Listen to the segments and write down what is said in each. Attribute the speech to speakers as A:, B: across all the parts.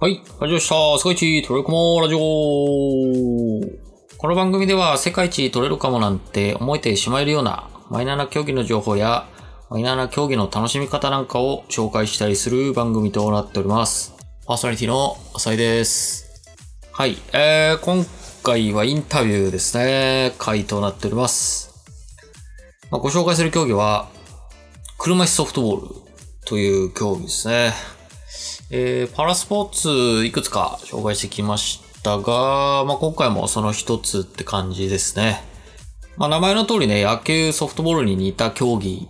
A: はい、始まりました。世界一取れるかもラジオこの番組では世界一取れるかもなんて思えてしまえるようなマイナーな競技の情報やマイナーな競技の楽しみ方なんかを紹介したりする番組となっております。パーソナリティの浅井です。はい、えー、今回はインタビューですね。回となっております。まあ、ご紹介する競技は車椅子ソフトボールという競技ですね。えーパラスポーツいくつか紹介してきましたが、まあ、今回もその一つって感じですね。まあ、名前の通りね、野球、ソフトボールに似た競技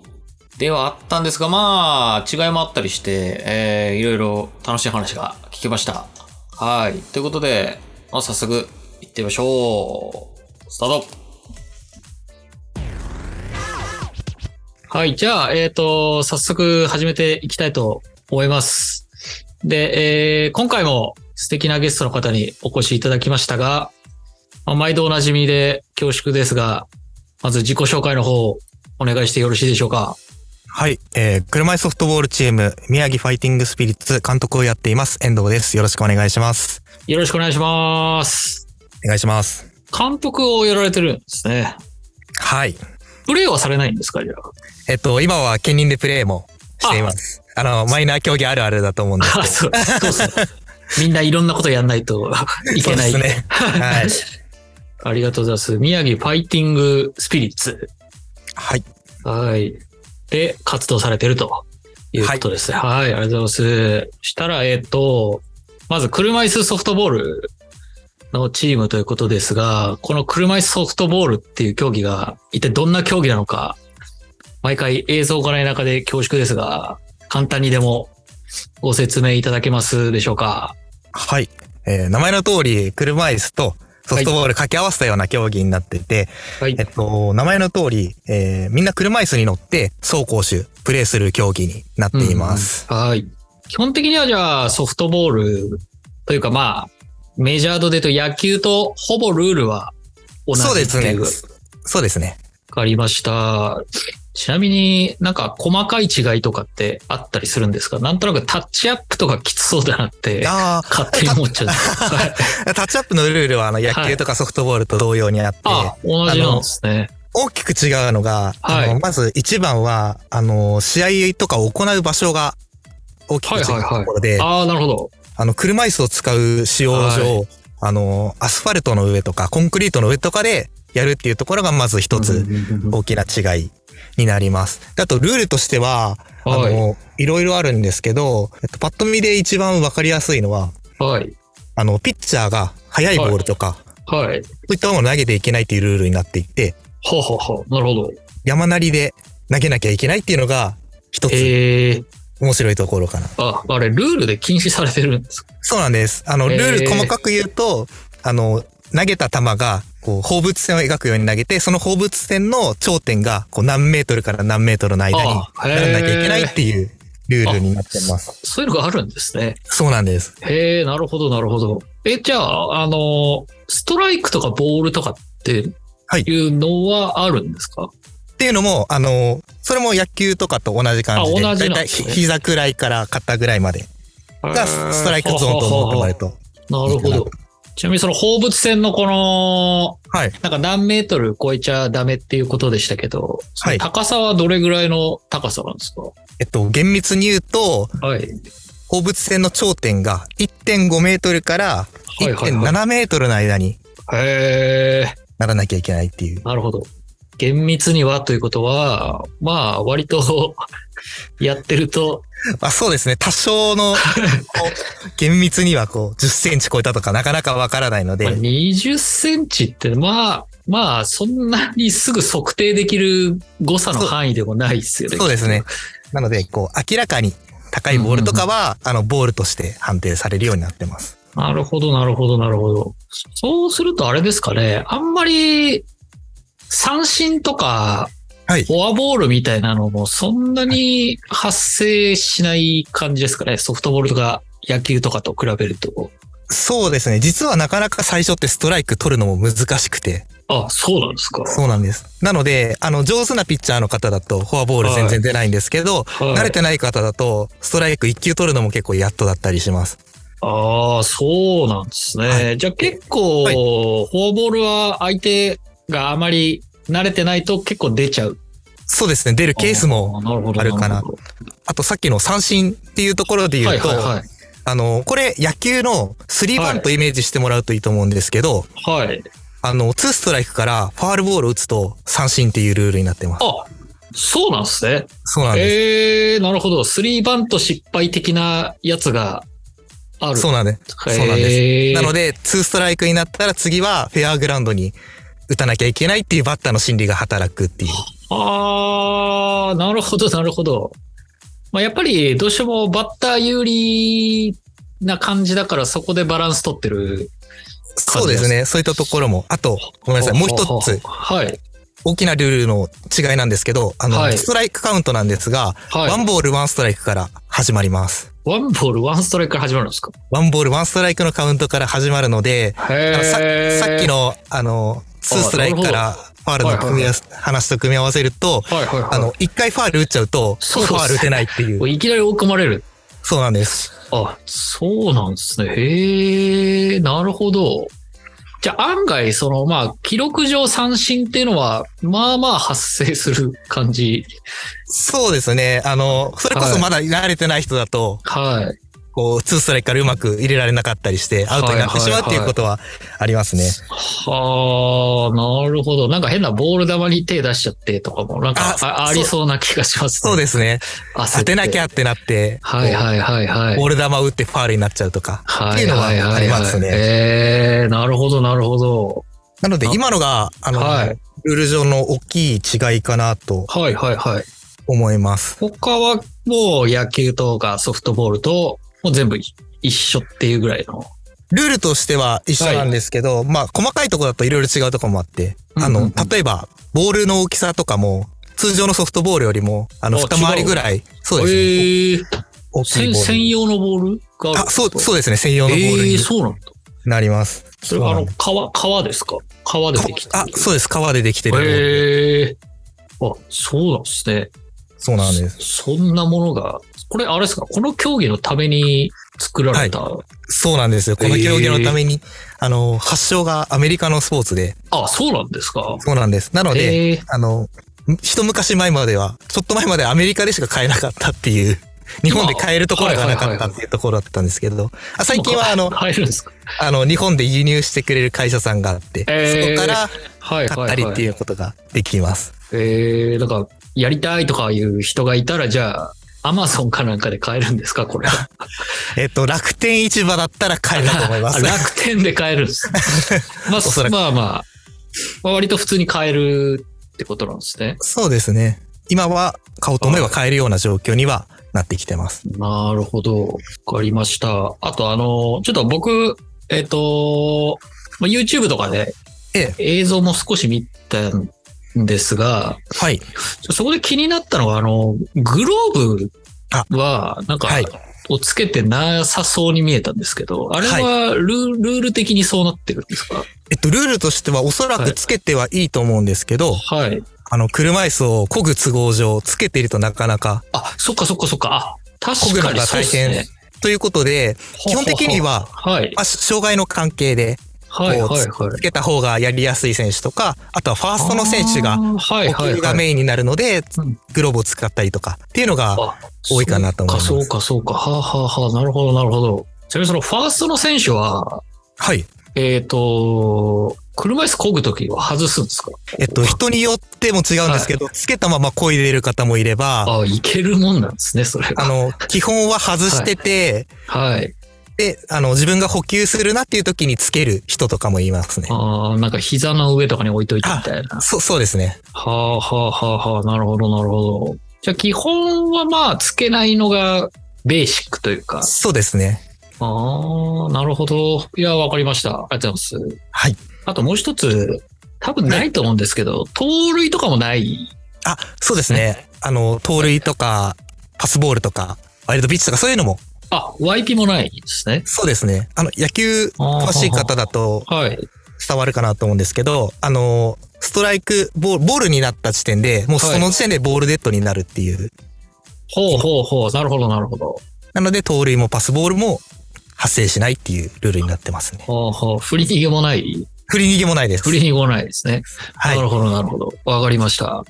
A: ではあったんですが、まあ、違いもあったりして、えーいろいろ楽しい話が聞けました。はい。ということで、まあ、早速行ってみましょう。スタートはい。じゃあ、えっ、と、早速始めていきたいと思います。で、えー今回も素敵なゲストの方にお越しいただきましたが、まあ毎度おなじみで恐縮ですが、まず自己紹介の方をお願いしてよろしいでしょうか。
B: はい、えー、車椅子ソフトボールチーム、宮城ファイティングスピリッツ監督をやっています、遠藤です。よろしくお願いします。
A: よろしくお願いします。
B: お願いします。
A: 監督をやられてるんですね。
B: はい。
A: プレーはされないんですかじゃあ。
B: えっと、今は兼任でプレーもしています。あの、マイナー競技あるあるだと思うんですけ
A: あ、
B: ど。
A: そう、そうっすね。みんないろんなことやんないと いけない。
B: そうですね。はい。
A: ありがとうございます。宮城ファイティングスピリッツ。
B: はい。
A: はい。で、活動されてるということですね。はい、ありがとうございます。したら、えっ、と、まず車椅子ソフトボールのチームということですが、この車椅子ソフトボールっていう競技が一体どんな競技なのか、毎回映像がない中で恐縮ですが、簡単にでもご説明いただけますでしょうか。
B: はい。えー、名前の通り、車椅子とソフトボール掛け合わせたような競技になっていて、
A: はい
B: え。っと、名前の通り、えー、みんな車椅子に乗って、走攻守、プレーする競技になっています。
A: うんうんはい。基本的にはじゃあソフトボールというかまあ、メジャー度で言うと野球とほぼルールは同じ
B: そうです
A: ってい
B: ね
A: う。わ
B: そうですね。
A: かりました。ちなみになんか細かい違いとかってあったりするんですかなんとなくタッチアップとかきつそうだなって
B: ああ、
A: 勝手に思っちゃう。はい
B: タッチアップのルールはあの野球とかソフトボールと同様にあって、
A: あ、同じなんですね。
B: 大きく違うのが、
A: はい
B: あのまず一番は、あの、試合とかを行う場所が大きく違うところで、
A: ああ、なるほど。
B: あの、車椅子を使う使用上、
A: は
B: あの、アスファルトの上とかコンクリートの上とかでやるっていうところがまず一つ大きな違いになります。であと、ルールとしては、あ
A: は
B: の、いろいろあるんですけど、えっと、パッと見で一番わかりやすいのは、
A: い。はい。
B: あの、ピッチャーが速いボールとか、
A: はい。
B: そういったものを投げていけないっていうルールになっていて、
A: ほうほうほう。なるほど。
B: 山なりで投げなきゃいけないっていうのが、一つ
A: ええ
B: 面白いところかな。
A: あ、あれ、ルールで禁止されてるんですか
B: そうなんです。あの、
A: え
B: ル
A: ー
B: ール細かく言うと、あの、投げた球が、こう、放物線を描くように投げて、その放物線の頂点が、こう、何メートルから何メートルの間に、な
A: ああへー
B: らなきゃいけないっていうルールになってます。
A: そういうのがあるんですね。
B: そうなんです。
A: へえ、なるほど、なるほど。え、じゃあ、あの、ストライクとかボールとかって
B: はい
A: いうのはあるんですか、
B: っていうのも、あの、それも野球とかと同じ感じで、
A: あ同じ
B: だい
A: なん
B: た
A: で
B: い
A: すね
B: 膝くらいから肩ぐらいまでがストライクゾーンと思ってもらえる
A: と。
B: と。
A: なるほど。ちなみにその放物線のこの、
B: はい。
A: なんか何メートル超えちゃダメっていうことでしたけど、その高さはどれぐらいの高さなんですか
B: えっと、厳密に言うと、
A: はい。
B: 放物線の頂点が1.5メートルから
A: はいはいはい
B: 1.7メートルの間に
A: へえ。
B: ならなきゃいけないっていう。
A: なるほど。厳密にはということは、まあ、割と やってると、
B: まあそうですね。多少の、こう 厳密にはこう、10センチ超えたとかなかなかわからないので
A: まあ、20センチって、まあ、まあ、そんなにすぐ測定できる誤差の範囲でもないですよね。
B: そうですね。なので、こう、明らかに高いボールとかは、あの、ボールとして判定されるようになってます。
A: なるほど、なるほど、なるほど。そうするとあれですかね、あんまり三振とか、
B: はい
A: フォアボールみたいなのもそんなに発生しない感じですかね、ソフトボールとか野球とかと比べると。
B: そうですね。実はなかなか最初ってストライク取るのも難しくて。
A: あ、そうなんですか。
B: そうなんです。なので、あの、上手なピッチャーの方だと、フォアボール全然出ないんですけど、
A: はい
B: 慣れてない方だと、ストライク1球取るのも結構やっとだったりします。
A: ああ、そうなんですね。
B: は
A: じゃあ結構、
B: はい
A: フォーボールは相手があまり慣れてないと結構出ちゃう。
B: そうですね、出るケースも、
A: あーなるほど
B: あるかな
A: るほど
B: あとさっきの三振っていうところで
A: は
B: 言
A: いう
B: と、
A: はいはい。
B: あの、これ野球のスリーバントイメージしてもらうといいと思うんですけど、
A: はい。
B: あの、ツーストライクからファールボールを打つと三振っていうルールになってます。
A: あ、そうなんですね。
B: そうなんです。
A: ええー、なるほど。スリーバント失敗的なやつがある。
B: そうなんです。
A: へー
B: そうなんでなので、ツーストライクになったら次はフェアグラウンドに打たなきゃいけないっていうバッターの心理が働くっていう。
A: ああ、なるほど、なるほど。まあ、やっぱりどうしてもバッター有利な感じだからそこでバランス取ってる。
B: そうですね。そういったところも。あと、ごめんなさい。もう一つ、
A: はい。
B: 大きなルールの違いなんですけど、あの、
A: はい
B: ストライクカウントなんですが、
A: はい。
B: ワンボールワンストライクから始まります。
A: ワンボール、ワンストライクから始まるんですか
B: ワンボールワンストライクのカウントから始まるので、あのさ
A: へえ。
B: さっき。の、あの、ツーストライクからファールの組み合わせ、話と組み合わせると、
A: はいはいはい。
B: あの、一回ファール打っちゃうと、
A: そう
B: ファール打てないってい
A: こ
B: う。
A: れいきなり追い込まれる。
B: そうなんです。
A: あ、そうなんですね。へえ、なるほど。じゃあ案外、その、まあ、記録上三振っていうのは、まあまあ発生する感じ。
B: そうですね。あの、それこ
A: は
B: そ
A: い
B: まだ慣れてない人だと、
A: はい。
B: こう、ツーストライクからうまく入れられなかったりして、アウトになってしまうっていうことはありますね。
A: はあ、なるほど。なんか変なボール球に手出しちゃってとかも、なんか
B: あ
A: ああ
B: そう
A: りそうな気がします、
B: そうですね。
A: す
B: 当てなきゃ。ってなって、
A: はいはいはいはい。
B: ボール球打ってファールになっちゃうとか。
A: は
B: っていうのはありますね
A: ええなるほどなるほど。
B: なので
A: あ
B: 今のが、あの、
A: はい
B: ルール上の大きい違いかなと
A: はいはいはい。
B: 思います。
A: 他はもう野球とかソフトボールと、もう全部一緒っていうぐらいの。
B: ルールとしては一緒なんですけど、まあ細かいところだといろいろ違うところもあって、
A: う
B: あ
A: んうん
B: の
A: うん、
B: 例えば、ボールの大きさとかも、通常のソフトボールよりも、あの、
A: あ
B: 二回りぐらい、そうですね。
A: ええ
B: 大き
A: 専
B: いボール。
A: 専用のボールがあるん
B: あ、
A: ですか
B: そう、そうですね。専用のボール
A: ええ
B: に
A: そうなんだ。
B: なります。
A: それがあ
B: そう
A: の、
B: なん
A: 革、革ですか革でできてる
B: あ、そうです。革でできてるボール。
A: へえあ、そうなんですね。
B: そうなんです。
A: そんなものが、これあれですか、この競技のために作られた。
B: そうなんですよ。この競技のために、あの、発祥がアメリカのスポーツで、
A: あ、そうなんですか。
B: そうなんです。なので、
A: え
B: あの、一昔前までは、ちょっと前までアメリカでしか買えなかったっていう、 日本で買えるところがなかったっていうところだったんですけど、あ最近はあ の、
A: 入るんですか。
B: あの、日本で輸入してくれる会社さんがあって、
A: えー
B: そこから
A: はい
B: 買っ
A: は
B: た
A: い、
B: りっ
A: は
B: て
A: い。
B: いうことができます。
A: えー、なんか、やりたいとかいう人がいたら、じゃあ、アマゾンかなんかで買えるんですか、 これ。
B: えっと、楽天市場だったら買えたと思います。
A: 楽天で買えるん です。まあ、
B: おそらく
A: まあまあ、まあ割と普通に買えるってことなんですね。
B: そうですね。今は買おうと思えば買えるような状況にはなってきてます。
A: なるほど。わかりました。あと、あの、ちょっと僕、えっ、と、まあ YouTube とかで
B: え
A: 映像も少し見たんですが、
B: はい。
A: ちょそこで気になったのは、あの、グローブは、なんか、
B: はい
A: をつけてなさそうに見えたんですけど、あれはル,、ルール的にそうなってるんですか
B: えっと、ルールとしてはおそらくつけてはいいと思うんですけど、
A: はい。
B: あの、車椅子を漕ぐ都合上、つけているとなかなか
A: あ、そっかそっかそっか。あ、確
B: 漕ぐ
A: か
B: の
A: に
B: が
A: そう
B: 大
A: です
B: 変
A: ね。。
B: ということで、基本的に
A: は
B: は、
A: はは、はい
B: ま。あ、障害の関係で、
A: はい
B: こう
A: はいはい
B: つ。けた方がやりやすい選手とか、あとはファーストの選手
A: あ
B: が、
A: ー、はい
B: 呼
A: はいはい
B: 吸がメインになるので
A: うん、
B: グローブを使ったりとかっていうのが、
A: あ
B: 多いかなと思います
A: そうか、そうか、そうか。はあ、はあはあ、なるほど、なるほど。ちなみにそのファーストの選手は、
B: はい。
A: えっ、と、車椅子漕ぐときは外すんですか
B: えっと、人によっても違うんですけど、つけたまま漕いでいる方もいれば、
A: あいけるもんなんですね、それ
B: あ
A: は。
B: の、基本は外してて、
A: はい。
B: で、あの、自分が補給するなっていう時につける人とかもいますね。
A: ああ、なんか膝の上とかに置いといてみたいな。
B: そう、そうですね。
A: はあ、はあ、はあ、はあ、なるほど、なるほど。じゃあ基本はまあ、つけないのが、ベーシックというか。
B: そうですね。
A: ああ、なるほど。いや、わかりました。ありがとうございます。
B: はい。
A: あともう一つ、多分ないと思うんですけど、盗塁とかもない
B: あ、そうですね。あの、盗塁とか、パスボールとか、ワイルドピッチとかそういうのも、
A: あ、YP もないですね。
B: そうですね。あの、野球詳しい方だと
A: はい。
B: 伝わるかなと思うんですけど、あの、ストライクボール、ボールになった時点で、もうその時点でボールデッドになるっていう。
A: ほうほうほう。なるほど、なるほど。
B: なので、盗塁もパスボールも、発生しないっていうルールになってますね。
A: ほうほう振り逃げもない。
B: 振り逃げもないです。
A: 振り逃げもないですね。
B: はい
A: な。るほど、なるほど。わかりました。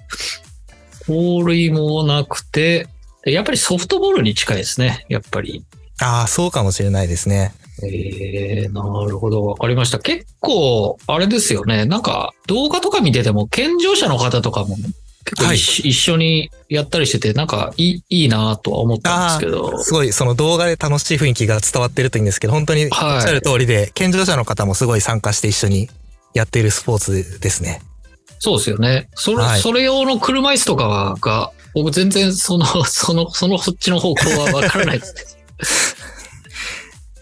A: 盗塁もなくて、でやっぱりソフトボールに近いですね。やっぱり。
B: ああ、そうかもしれないですね。
A: えー、なるほど、わかりました。結構、あれですよね。なんか、動画とか見てても、健常者の方とかも、結構
B: はい
A: 一緒、一緒にやったりしてて、なんかいい、いいなとは思ったんですけど。
B: すごい、その動画で楽しい雰囲気が伝わってるといいんですけど、本当におっし
A: はい
B: ゃる通りで、健常者の方もすごい参加して一緒にやっているスポーツですね。
A: そうですよね。それ、
B: はい
A: それ用の車椅子とかは、が、僕全然その、その、そのそっちの方向はわからないです。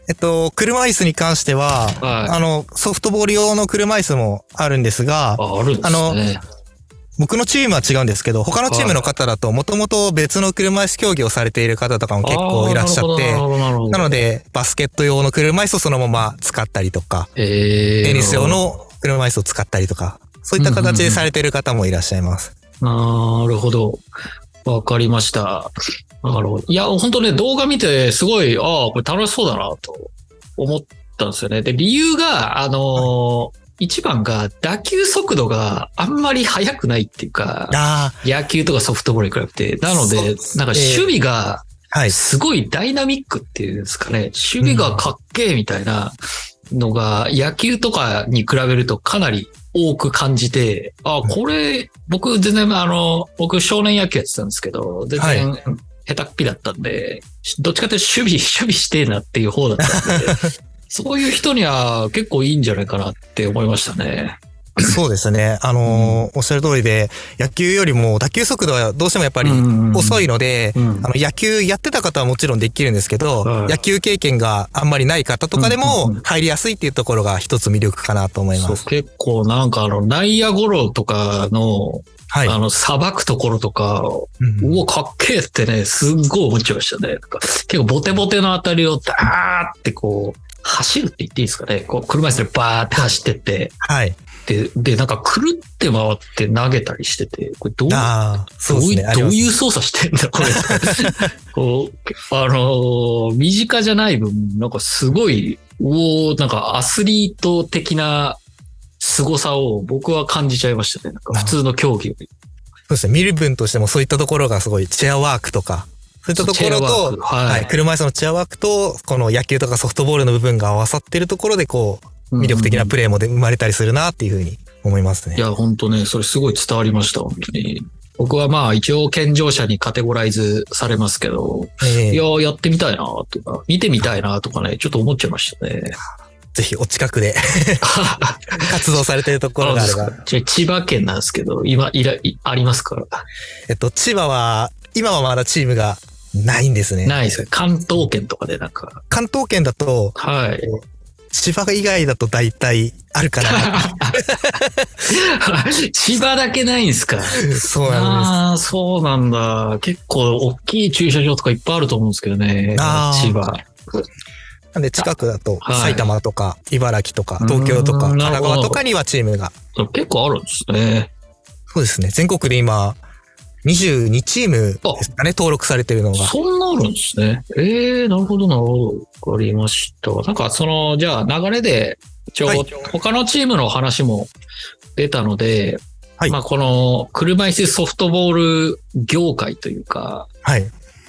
B: えっと、車椅子に関しては、
A: はい。
B: あの、ソフトボール用の車椅子もあるんですが、
A: あ、あるんですね。
B: 僕のチームは違うんですけど、他のチームの方だと、もともと別の車椅子競技をされている方とかも結構いらっしゃって、
A: あーなるほど、なるほど。
B: なので、バスケット用の車椅子をそのまま使ったりとか、
A: えー、
B: テニス用の車椅子を使ったりとか、そういった形でされている方もいらっしゃいます。
A: なるほど。わかりました。なるほど。いや、本当ね、動画見て、すごい、ああ、これ楽しそうだな、と思ったんですよね。で、理由が、あのー一番が、打球速度があんまり速くないっていうか、
B: あ
A: 野球とかソフトボールに比べて。なので、
B: そう
A: なんか守備が
B: あ、はい。
A: すごいダイナミックっていうんですかね。守備がかっけえみたいなのが、野球とかに比べるとかなり多く感じて、あ、これ、僕全然、あの、僕少年野球やってたんですけど、全然下手っぴだったんで、どっちかっていうと守備、 守備してえなっていう方だったん で、そういう人には結構いいんじゃないかなって思いましたね。
B: そうですね。あのーおっしゃる通りで、野球よりも打球速度はどうしてもやっぱり遅
A: い。
B: いので、
A: うん
B: あの野球やってた方はもちろんできるんですけど、
A: はい
B: 野球経験があんまりない方とかで
A: うん
B: も
A: うんうん
B: 入りやすいっていうところが一つ魅力かなと思い
A: そ
B: ま
A: う
B: す。
A: 結構なんかあの内野ゴロとかの
B: はい。
A: あの、さばくところとか、
B: うん
A: うお、かっけえってね、すっごい思っちゃいましたね。なんか結構ボテボテの当たりをダーってこう、走るって言っていいですかね。こう、車椅子でバーって走ってって、
B: はい。
A: で、で、なんかくるって回って投げたりしてて、これどう、
B: ああ、そ
A: ど
B: う
A: う
B: です
A: い
B: ね。あ
A: う、
B: り
A: ど
B: ま
A: う
B: す
A: いう操作してんだ、 これ。こう、あのー身近じゃない分、なんかすごい、おーなんかアスリート的な凄さを僕は感じちゃいましたね。なんか普通の競技より。
B: そうですね。見る分としてもそういったところがすごいチェアワークとか、そういったところ
A: チェアワー
B: と、
A: クは
B: はい、車椅子のチェアワークと、この野球とかソフトボールの部分が合わさってるところで、こう、魅力的なプレーもで生まれたりするなっていうふうに思いますね。
A: いや、本当ね、それすごい伝わりました、本当に。僕はまあ一応健常者にカテゴライズされますけど、
B: ええ
A: いや、やってみたいなとか、見てみたいなとかね、ちょっと思っちゃいましたね。
B: ぜひお近く で
A: あ
B: 活動されてるところがあれば。
A: じゃあ千葉県なんですけど、今、いら、いありますから。
B: えっと、千葉は、今はまだチームがないんですね。
A: ないですね。関東圏とかでなんか、
B: 関東圏だと、
A: はい。
B: 千葉以外だと大体ある かな。
A: 千葉だけないんですか。
B: そうなん
A: ああー、そうなんだ。結構大きい駐車場とかいっぱいあると思うんですけどね。
B: あー
A: 千葉。
B: です。なんで近くだと
A: はい
B: 埼玉とか茨城とか東京とか
A: うん
B: 神
A: なる
B: 奈
A: ほど
B: 川とかにはチームが。
A: 結構あるんですね。
B: そうですね。全国で今22チームですかね、登録されてるのが。
A: そんなあるんですね。ええなるほど、なるほど。わかりました。なんか、その、じゃあ、流れで、一応、
B: はい
A: 他のチームの話も出たので、
B: はい
A: まあ、この、車椅子ソフトボール業界というか、
B: はい。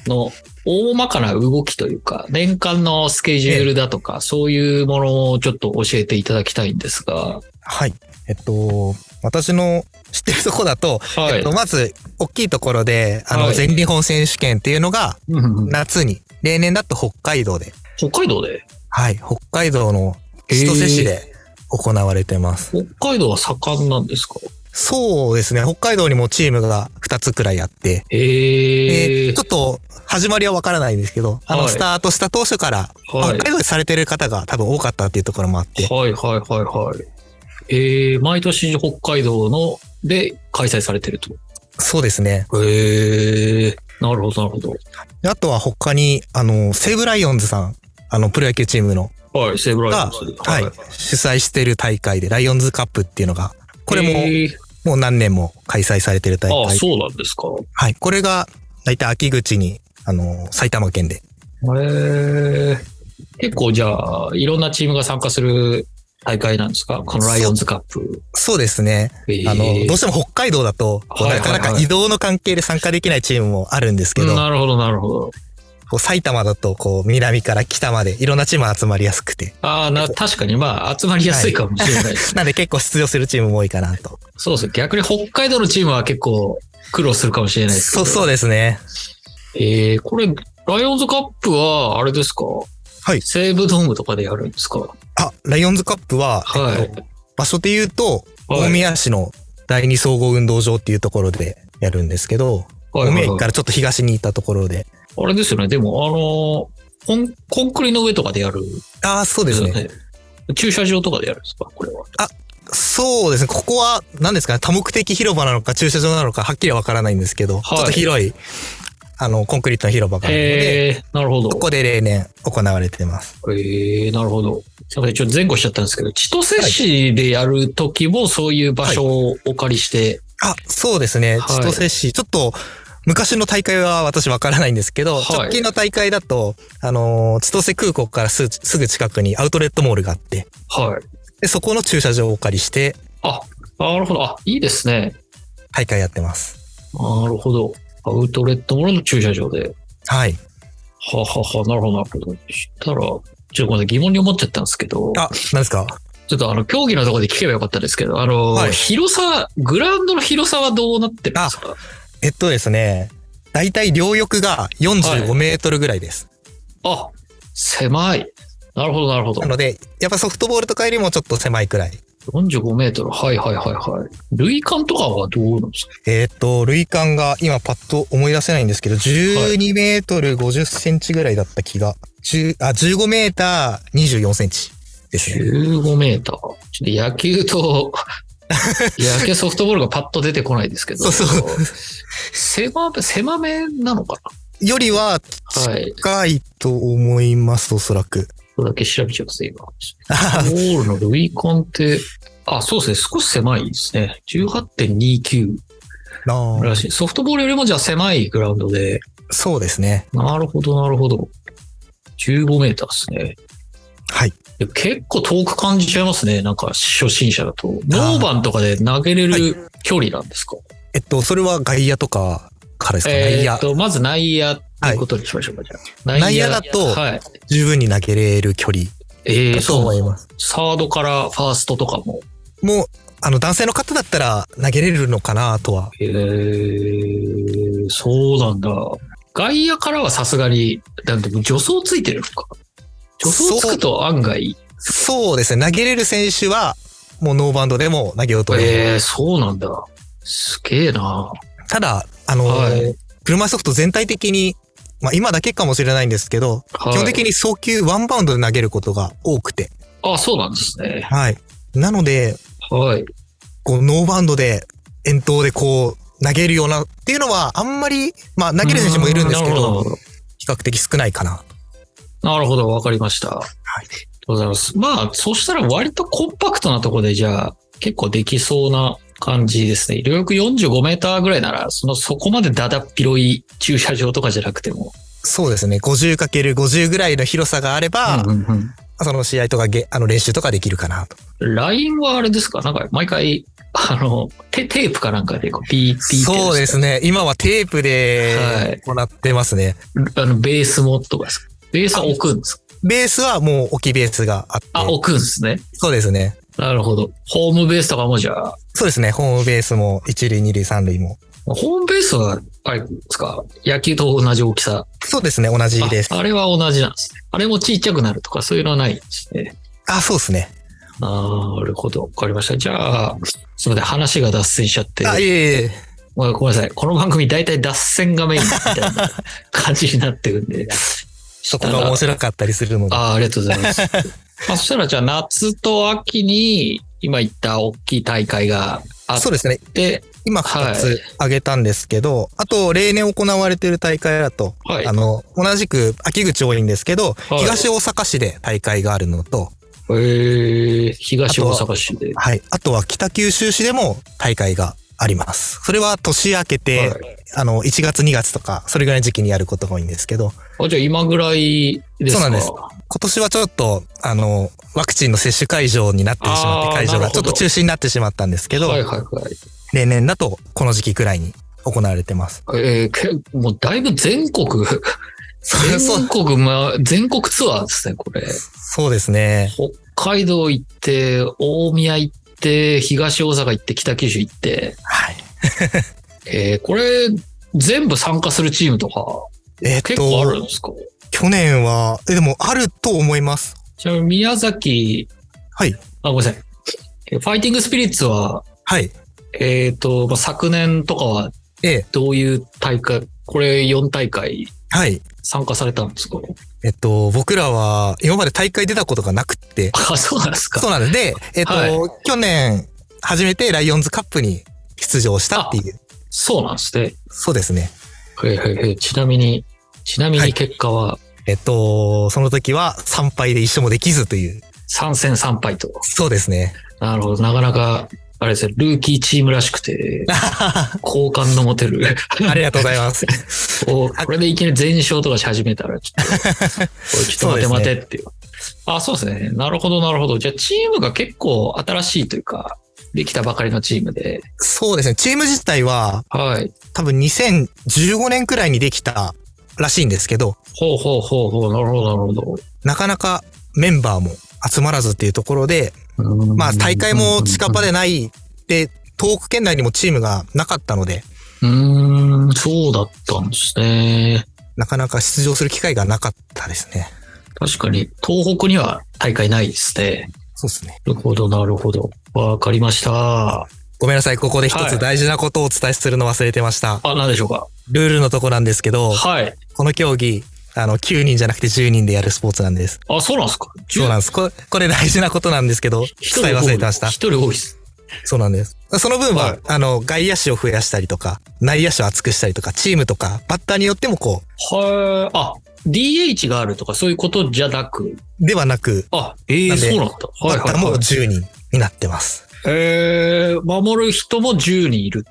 A: の、大まかな動きというか、年間のスケジュールだとか、そういうものをちょっと教えていただきたいんですが、
B: はい。えっと、私の 知ってるとこだと、
A: は
B: えっと、まず、大きいところで、あの、
A: はい
B: 全日本選手権っていうのが、
A: うん
B: 夏に、例年だと北海道で
A: 北海道で
B: はい、北海道の千歳市で行われてます。
A: 北海道は盛んなんですか
B: そうですね、北海道にもチームが2つくらいあって、
A: ええ
B: でちょっと始まりはわからないんですけど、あ
A: は
B: の、
A: い
B: スタートした当初から、
A: はい
B: 北海道でされてる方が多分多かったっていうところもあって、
A: はいはいはいはい。えー、毎年北海道ので開催されてると。
B: そうですね。
A: へえー、なるほどなるほ
B: であとは他に、あの、西武ライオンズさん、あの、プロ野球チームの、
A: ど。はい、セーブライ
B: が、
A: ブ
B: はい、主催してる大会で、ライオンズカップっていうのが、これも、
A: えー
B: もう何年も開催されてる大
A: ああ、
B: 会。
A: そうなんですか。
B: はい、これが、大体秋口に、あの、埼玉県で
A: へえー、結構じゃあ、いろんなチームが参加する大会なんですかこのライオンズカップ。
B: そうですね。あの、どうしても北海道だと、こう
A: はいは
B: な
A: い
B: か
A: はい
B: なか移動の関係で参加できないチームもあるんですけ
A: うん
B: ど、
A: なるほど、なるほど。
B: こう埼玉だと、こう、南から北までいろんなチームが集まりやすくて。
A: ああ、な、確かにまあ、集まりやすいかもしれないですね。
B: なんで結構出場するチームも多いかなと。
A: そうそう。逆に北海道のチームは結構苦労するかもしれないですけ
B: そ
A: ど。
B: う、そうですね。
A: えー、これ、ライオンズカップは、あれですか
B: はい
A: 西武ドームとかでやるんですかは
B: あ、ライオンズカップは、
A: い。
B: えっと場所で言うと、
A: はい
B: 大宮市の第二総合運動場っていうところでやるんですけど、
A: はいはい
B: 大宮
A: は
B: 駅
A: い
B: からちょっと東に行ったところで。
A: あれですよね。でも、あのーコン、コンクリの上とかでやるん
B: ああ、そう
A: で
B: ですす
A: よ
B: ね。
A: ね。駐車場とかでやるんですかこれは。
B: そうですね。ここは、何ですかね、多目的広場なのか駐車場なのか、はっきりはわからないんですけど、
A: はい
B: ちょっと広い、あの、コンクリートの広場があるので、
A: えー、なるほど。
B: ここで例年行われてます。
A: ええなるほど。すいません、ちょっと前後しちゃったんですけど、千歳市でやるときもそういう場所をお借りして、
B: あ、そうですね。
A: はい
B: 千歳市、ちょっと、昔の大会は私わからないんですけど、
A: はい
B: 直近の大会だと、あのー千歳空港からすすぐ近くにアウトレットモールがあって、
A: はい、
B: で、そこの駐車場をお借りして、
A: あ、なるほど。あ、いいですね。
B: 大会やってます。
A: なるほど。アウトレットモールの駐車場で。
B: はい。
A: はあはあはあなるほど、なるほど。したら、ちょっとごめんなさい、疑問に思っちゃったんですけど、
B: あ、何ですか
A: ちょっとあの、競技のところで聞けばよかったですけど、あの、
B: はい
A: 広さ、グラウンドの広さはどうなってるんですか
B: えっとですね、だいたい両翼が
A: は
B: 45メートルぐらいです。
A: あ、狭い。なるほど、なるほど
B: な。ので、やっぱソフトボールとかよりもちょっと狭いくらい。
A: 45メートル。はいはいはいはい。類間とかはどうなんですか
B: えっ、と、類間が今パッと思い出せないんですけど、12メートル50センチぐらいだった気が、10あ、15メーター24センチですね。
A: 15メーター。ちょっと野球と、 野球ソフトボールがパッと出てこないですけど。
B: そうそう
A: 狭め、狭めなのか
B: よりは
A: なはい。
B: 近いと思います、おそらく。
A: それだけ調べちゃいます、今。
B: あ
A: ボールの類間って、あ、そうですね。少し狭いですね。18.29
B: ー
A: らしい。ソフトボールよりもじゃあ狭いグラウンドで。
B: そうですね。
A: なるほど、なるほど。15メーターですね。
B: はい。
A: でも結構遠く感じちゃいますね。なんか初心者だと。ノーバンとかで投げれ
B: は
A: る距離なんですか、
B: えっと、それは外野とかからですか、
A: えーっ
B: 内野。
A: と、まず内野っていうことにしましょうか、じゃあ。
B: 内野だと
A: はい。
B: 十分に投げれる距離
A: えー、
B: だと
A: そ。
B: 思いうます。
A: サードからファーストとかも。
B: もう、あの、男性の方だったら投げれるのかなとは。
A: えー、そうなんだ。外野からはさすがに、なんて助走ついてるのか。助走つくと案外。
B: そうですね。投げれる選手は、もうノーバウンドでも投げようと思う。
A: えー、そうなんだ。すげえな。
B: ただ、あの、
A: はい
B: 車椅子ソフト全体的に、まあ今だけかもしれないんですけど、
A: はい
B: 基本的に送球ワンバウンドで投げることが多くて。
A: あ、そうなんですね。
B: はい。なので、
A: はい。
B: こう、ノーバウンドで、遠投でこう、投げるようなっていうのは、あんまり、まあ投げる選手もいるんですけ
A: う
B: ど、
A: ーん。
B: 比較的少ないかな。。
A: なるほど、わかりました。はいございます。まあ、そしたら割とコンパクトなとこで、じゃあ、結構できそうな感じですね。両翼45メーターぐらいなら、その、そこまでだだっ広い駐車場とかじゃなくても。
B: そうですね。50×50 ぐらいの広さがあれば、
A: うんうん
B: その試合とかげ、あの練習とかできるかなと。
A: うん。ラインはあれですかなんか、毎回、あの、テテープかなんかで、こう、ピーピーってやつ。
B: そうですね。今はテープ
A: はい
B: で行ってますね。
A: あの、ベースもとかですかベースは置くんですか
B: ベースはもう置きベースがあって。
A: あ、置くんですね。
B: そうですね。
A: なるほど。ホームベースとかもじゃあ、
B: そうですね。ホームベースも一塁、二塁、三塁も。
A: ホームベースは、あれですか野球と同じ大きさ。
B: そうですね。同じです。
A: あ。あれは同じなんですね。あれもちっちゃくなるとか、そういうのはないんですね。
B: あ、そうですね。
A: なるほど。わかりました。じゃあ、すみません。話が脱線しちゃって。
B: あ、いえいえ。
A: まあごめんなさい。この番組大体脱線がメインみたい な感じになってるんで。
B: そこが面白かったりするので。
A: ああ、ありがとうございます。 まあ、そしたら、じゃあ夏と秋に、今言った大きい大会があっ
B: そうですね。
A: て、
B: 今2つ挙げたんですけど、あと例年行われてる大会だと、
A: はい
B: あ。の、同じく秋口多いんですけど、
A: い
B: 東大阪市で大会があるのと、
A: えー、東大阪市で。
B: はい。あとは北九州市でも大会があります。それは年明けて、
A: は
B: あの、1月2月とか、それぐらいの時期にやることが多いんですけど、
A: あ、じゃあ今ぐらいですか
B: そうなんです今年はちょっと、あの、ワクチンの接種会場になってしまっ
A: あー
B: て、会場
A: なる
B: が
A: ほ
B: ちょ
A: ど
B: っと中止になってしまったんですけど、
A: はいはいはい。
B: 例年だとこの時期くらいに行われてます。
A: えーけ、もうだいぶ全 国、
B: そうそう
A: 全国、ま、全国ツアーですね、これ。
B: そうですね。
A: 北海道行って、大宮行って、東大阪行って、北九州行って。
B: はい。
A: えーこれ、全部参加するチームとか、
B: えーっ
A: 結構あるん
B: と
A: で、すか
B: 去年は、え、でもあると思います。
A: ちなみに宮崎、
B: はい。
A: あ、ごめんなさい。えファイティングスピリッツは、
B: はい。
A: えっ、と、まあ、昨年とかは
B: ええ、
A: どういう大会、これ4大会
B: はい。
A: 参加されたんですか
B: えっと、僕らは今まで大会出たことがなくって、
A: あ、そうなんですか。
B: そうなんです。で、えっと、
A: はい
B: 去年、初めてライオンズカップに出場したっていう。
A: そうなんですね。
B: そうですね。
A: へーへーへーちなみに、ちなみ
B: は
A: に
B: い
A: 結果は
B: えっと、その時は参拝で一緒もできずという。
A: 3戦3敗と。
B: そうですね。
A: なるほど。なかなか、あれですね、ルーキーチームらしく て、
B: あ
A: 好感の持てる。
B: りがとうございます。
A: おこれでいきなり全勝とかし始めたら、ちょっ と、おいちょっと
B: そう
A: 待て
B: ですね
A: 待てっていう。あ、そうですね。なるほど、なるほど。じゃあ、チームが結構新しいというか、できたばかりのチームで。
B: そうですね。チーム自体は
A: はい。
B: 多分2015年くらいにできたらしいんですけど、
A: ほうほうほうほう。なるほど、なるほ
B: なかなかメンバーも集まらずっていうところで、
A: ど。
B: まあ大会も近場でないで、東北県内にもチームがなかったので、
A: うーん、そうだったんですね。
B: なかなか出場する機会がなかったですね。
A: 確かに、東北には大会ないですね。
B: そうですね。
A: なるほど、なるほど。わかりました。
B: ごめんなさい。ここで一
A: はい
B: つ大事なことをお伝えするの忘れてました。
A: あ、なんでしょうか。
B: ルールのとこなんですけど、
A: はい。
B: この競技、あの、9人じゃなくて10人でやるスポーツなんです。
A: あ、そうなんですか。
B: そうなんです。これ、これ大事なことなんですけど、
A: 一人
B: 伝え忘れてまし
A: 多い
B: た。
A: 一人多いです。
B: そうなんです。その分は、
A: はい
B: あの、外野手を増やしたりとか、内野手を厚くしたりとか、チームとか、バッターによってもこ
A: はい。あ、DH があるとかそういうことじゃなく。
B: う、ではなく、
A: あ、ええ
B: なんで
A: そうなんだ。はい
B: バッ
A: は
B: ター
A: い、
B: も
A: はい。
B: 10人になってます。
A: えー、守る人も10人いる。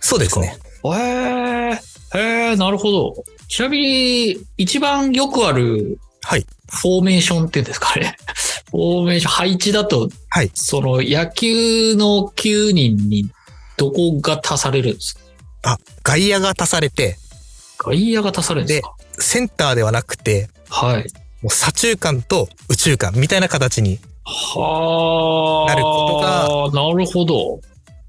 B: そうですね。
A: えー、えー、なるほど。ちなみに、一番よくある、
B: はい。
A: フォーメーションっていうんですかね。 フォーメーション、配置だと、
B: はい
A: その野球の9人にどこが足されるんですか
B: あ、外野が足されて、
A: 外野が足されるんですか
B: センターではなくて、
A: はい。
B: もう左中間と右中間みたいな形に、
A: はあ。
B: なるこ
A: なるほど。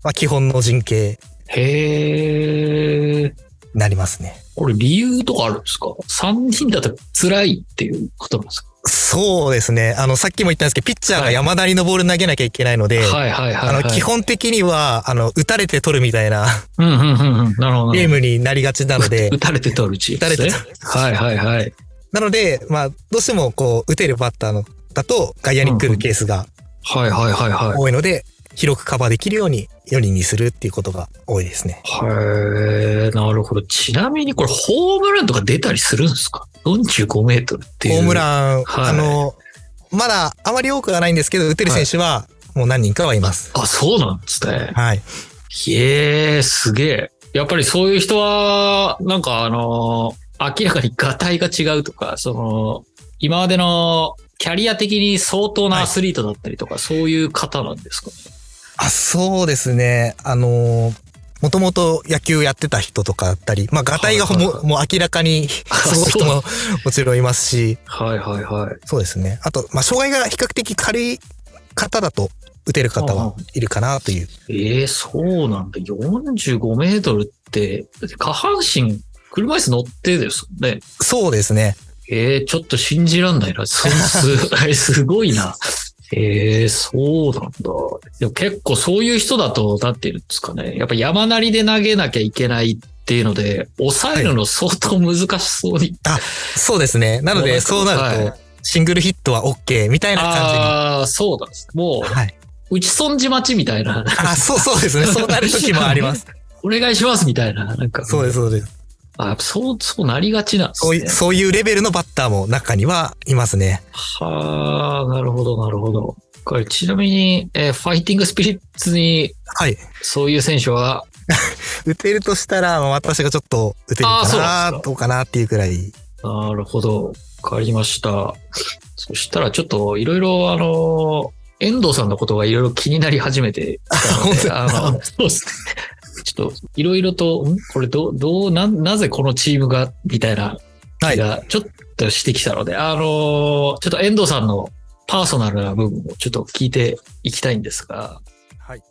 B: まあ、基本の陣形
A: へえ。
B: になりますね。
A: これ理由とかあるんですか ?3 人だと辛いっていうことなんですか、
B: そうですね。あの、さっきも言ったんですけど、ピッチャー
A: は
B: が
A: い
B: 山なりのボール投げなきゃいけないので、
A: はいはいはい、
B: あ
A: は
B: の、
A: い。
B: 基本的には、あの、打たれて取るみたいな
A: うんうんうんうん。なるほど。
B: ゲームになりがちなの で
A: 打、たれて取るチー
B: 打た
A: ムで
B: れ
A: す
B: て
A: ね。
B: 取る。
A: はいはいはい。
B: なので、まあ、どうしてもこう、打てるバッターの、だと外野に来るケースが
A: はいはいはいはい。
B: 多いので、広くカバーできるように、よりにするっていうことが多いですね。
A: へえ、なるほど。ちなみにこれホームランとか出たりするんですか ?45 メートルっていう。
B: ホーム
A: ン。
B: ラン、
A: はい
B: あの、まだあまり多くはないんですけど、打てる選手はもう何人かはいます。
A: あ、そうなんですね。
B: はい。
A: へえ、すげえ。やっぱりそういう人は、なんかあのー明らかにガタイが違うとか、その、今までのキャリア的に相当なアスリートだったりとか、そういう方なんですかね。
B: あ、そうですね。あの、もともと野球やってた人とかだったり、まあ、ガタイがほ
A: はい
B: も,、
A: はいはい
B: もう明らかに すごい人ももちろんいますし、
A: はいはいはい。
B: そうですね。あと、まあ、障害が比較的軽い方だと、打てる方はいるかなという。
A: ええそうなんだ。45メートルって、だって下半身、車椅子乗ってですよね。
B: そうですね。
A: ええちょっと信じらんないな。す、 す、すごいな。ええそうなんだ。でも結構そういう人だと、なんていうんですかね。やっぱ山なりで投げなきゃいけないっていうので、抑えるの相当難しそうに。
B: そうですね。なの
A: もうなん
B: で、
A: か
B: そうなると、
A: は
B: シングルヒットは OK みたいな感
A: ああ、そうなんです。も
B: じに。はい。
A: う、打ち損じ待ちみたいな。
B: あ、そうそうですね。そうなる時もあります。
A: お願いしますみたいな。なんか。
B: そうです、そうです。
A: あやっぱそう、そうなりがちなんです
B: そう
A: ね。
B: いそういうレベルのバッターも中にはいますね。
A: はあ、なるほど、なるほど。これ、ちなみに、えーファイティングスピリッツに、
B: はい。
A: そういう選手は
B: 打てるとしたら、まあ私がちょっと打てる
C: あーそうなん
B: か
C: で
B: な、
C: すか
B: どうかなっていうくらい。
C: なるほど。わかりました。そしたらちょっといろいろあの、遠藤さんのことがいろいろ気になり始めてきたので、あの、そうですね。ちょっといろいろと、んこれどう、どう、なん、なぜこのチームが、みたいな
B: は
C: 気
B: い。
C: がちょっとしてきたので、あの、ちょっと遠藤さんのパーソナルな部分をちょっと聞いていきたいんですが、
B: はい。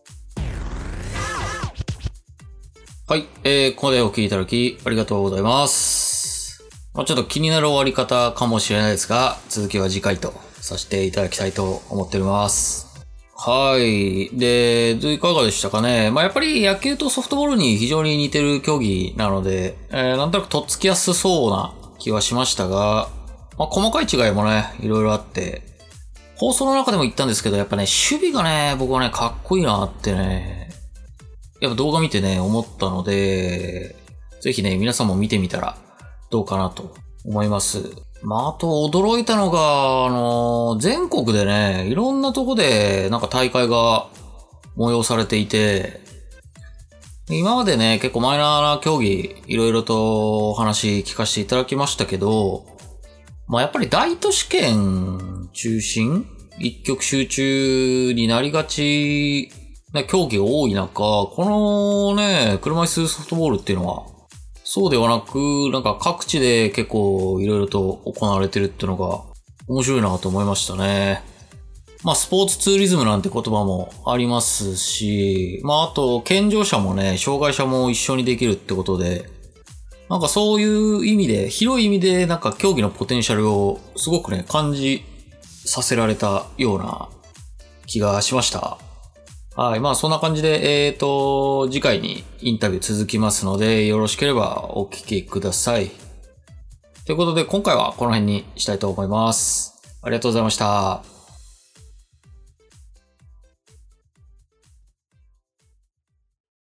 A: はい、えー、ここでお聞きいただきありがとうございます。まあ、ちょっと気になる終わり方かもしれないですが、続きは次回とさせていただきたいと思っております。はい。で、いかがでしたかね。まあ、やっぱり野球とソフトボールに非常に似てる競技なので、えー、なんとなくとっつきやすそうな気はしましたが、まあ、細かい違いもね、いろいろあって、放送の中でも言ったんですけど、やっぱね、守備がね、僕はね、かっこいいなってね、やっぱ動画見てね、思ったので、ぜひね、皆さんも見てみたらどうかなと思います。まあ、あと驚いたのが、あの、全国でね、いろんなとこでなんか大会が催されていて、今までね、結構マイナーな競技、いろいろとお話聞かせていただきましたけど、まあやっぱり大都市圏中心一極集中になりがちな競技が多い中、このね、車椅子ソフトボールっていうのは、そうではなく、なんか各地で結構いろいろと行われてるっていうのが面白いなと思いましたね。まあスポーツツーリズムなんて言葉もありますし、まああと健常者もね、障害者も一緒にできるってことで、なんかそういう意味で、広い意味で、なんか競技のポテンシャルをすごくね、感じさせられたような気がしました。はい。まあそんな感じで、えっ、と、次回にインタビュー続きますので、よろしければお聞きください。ということで、今回はこの辺にしたいと思います。ありがとうございました。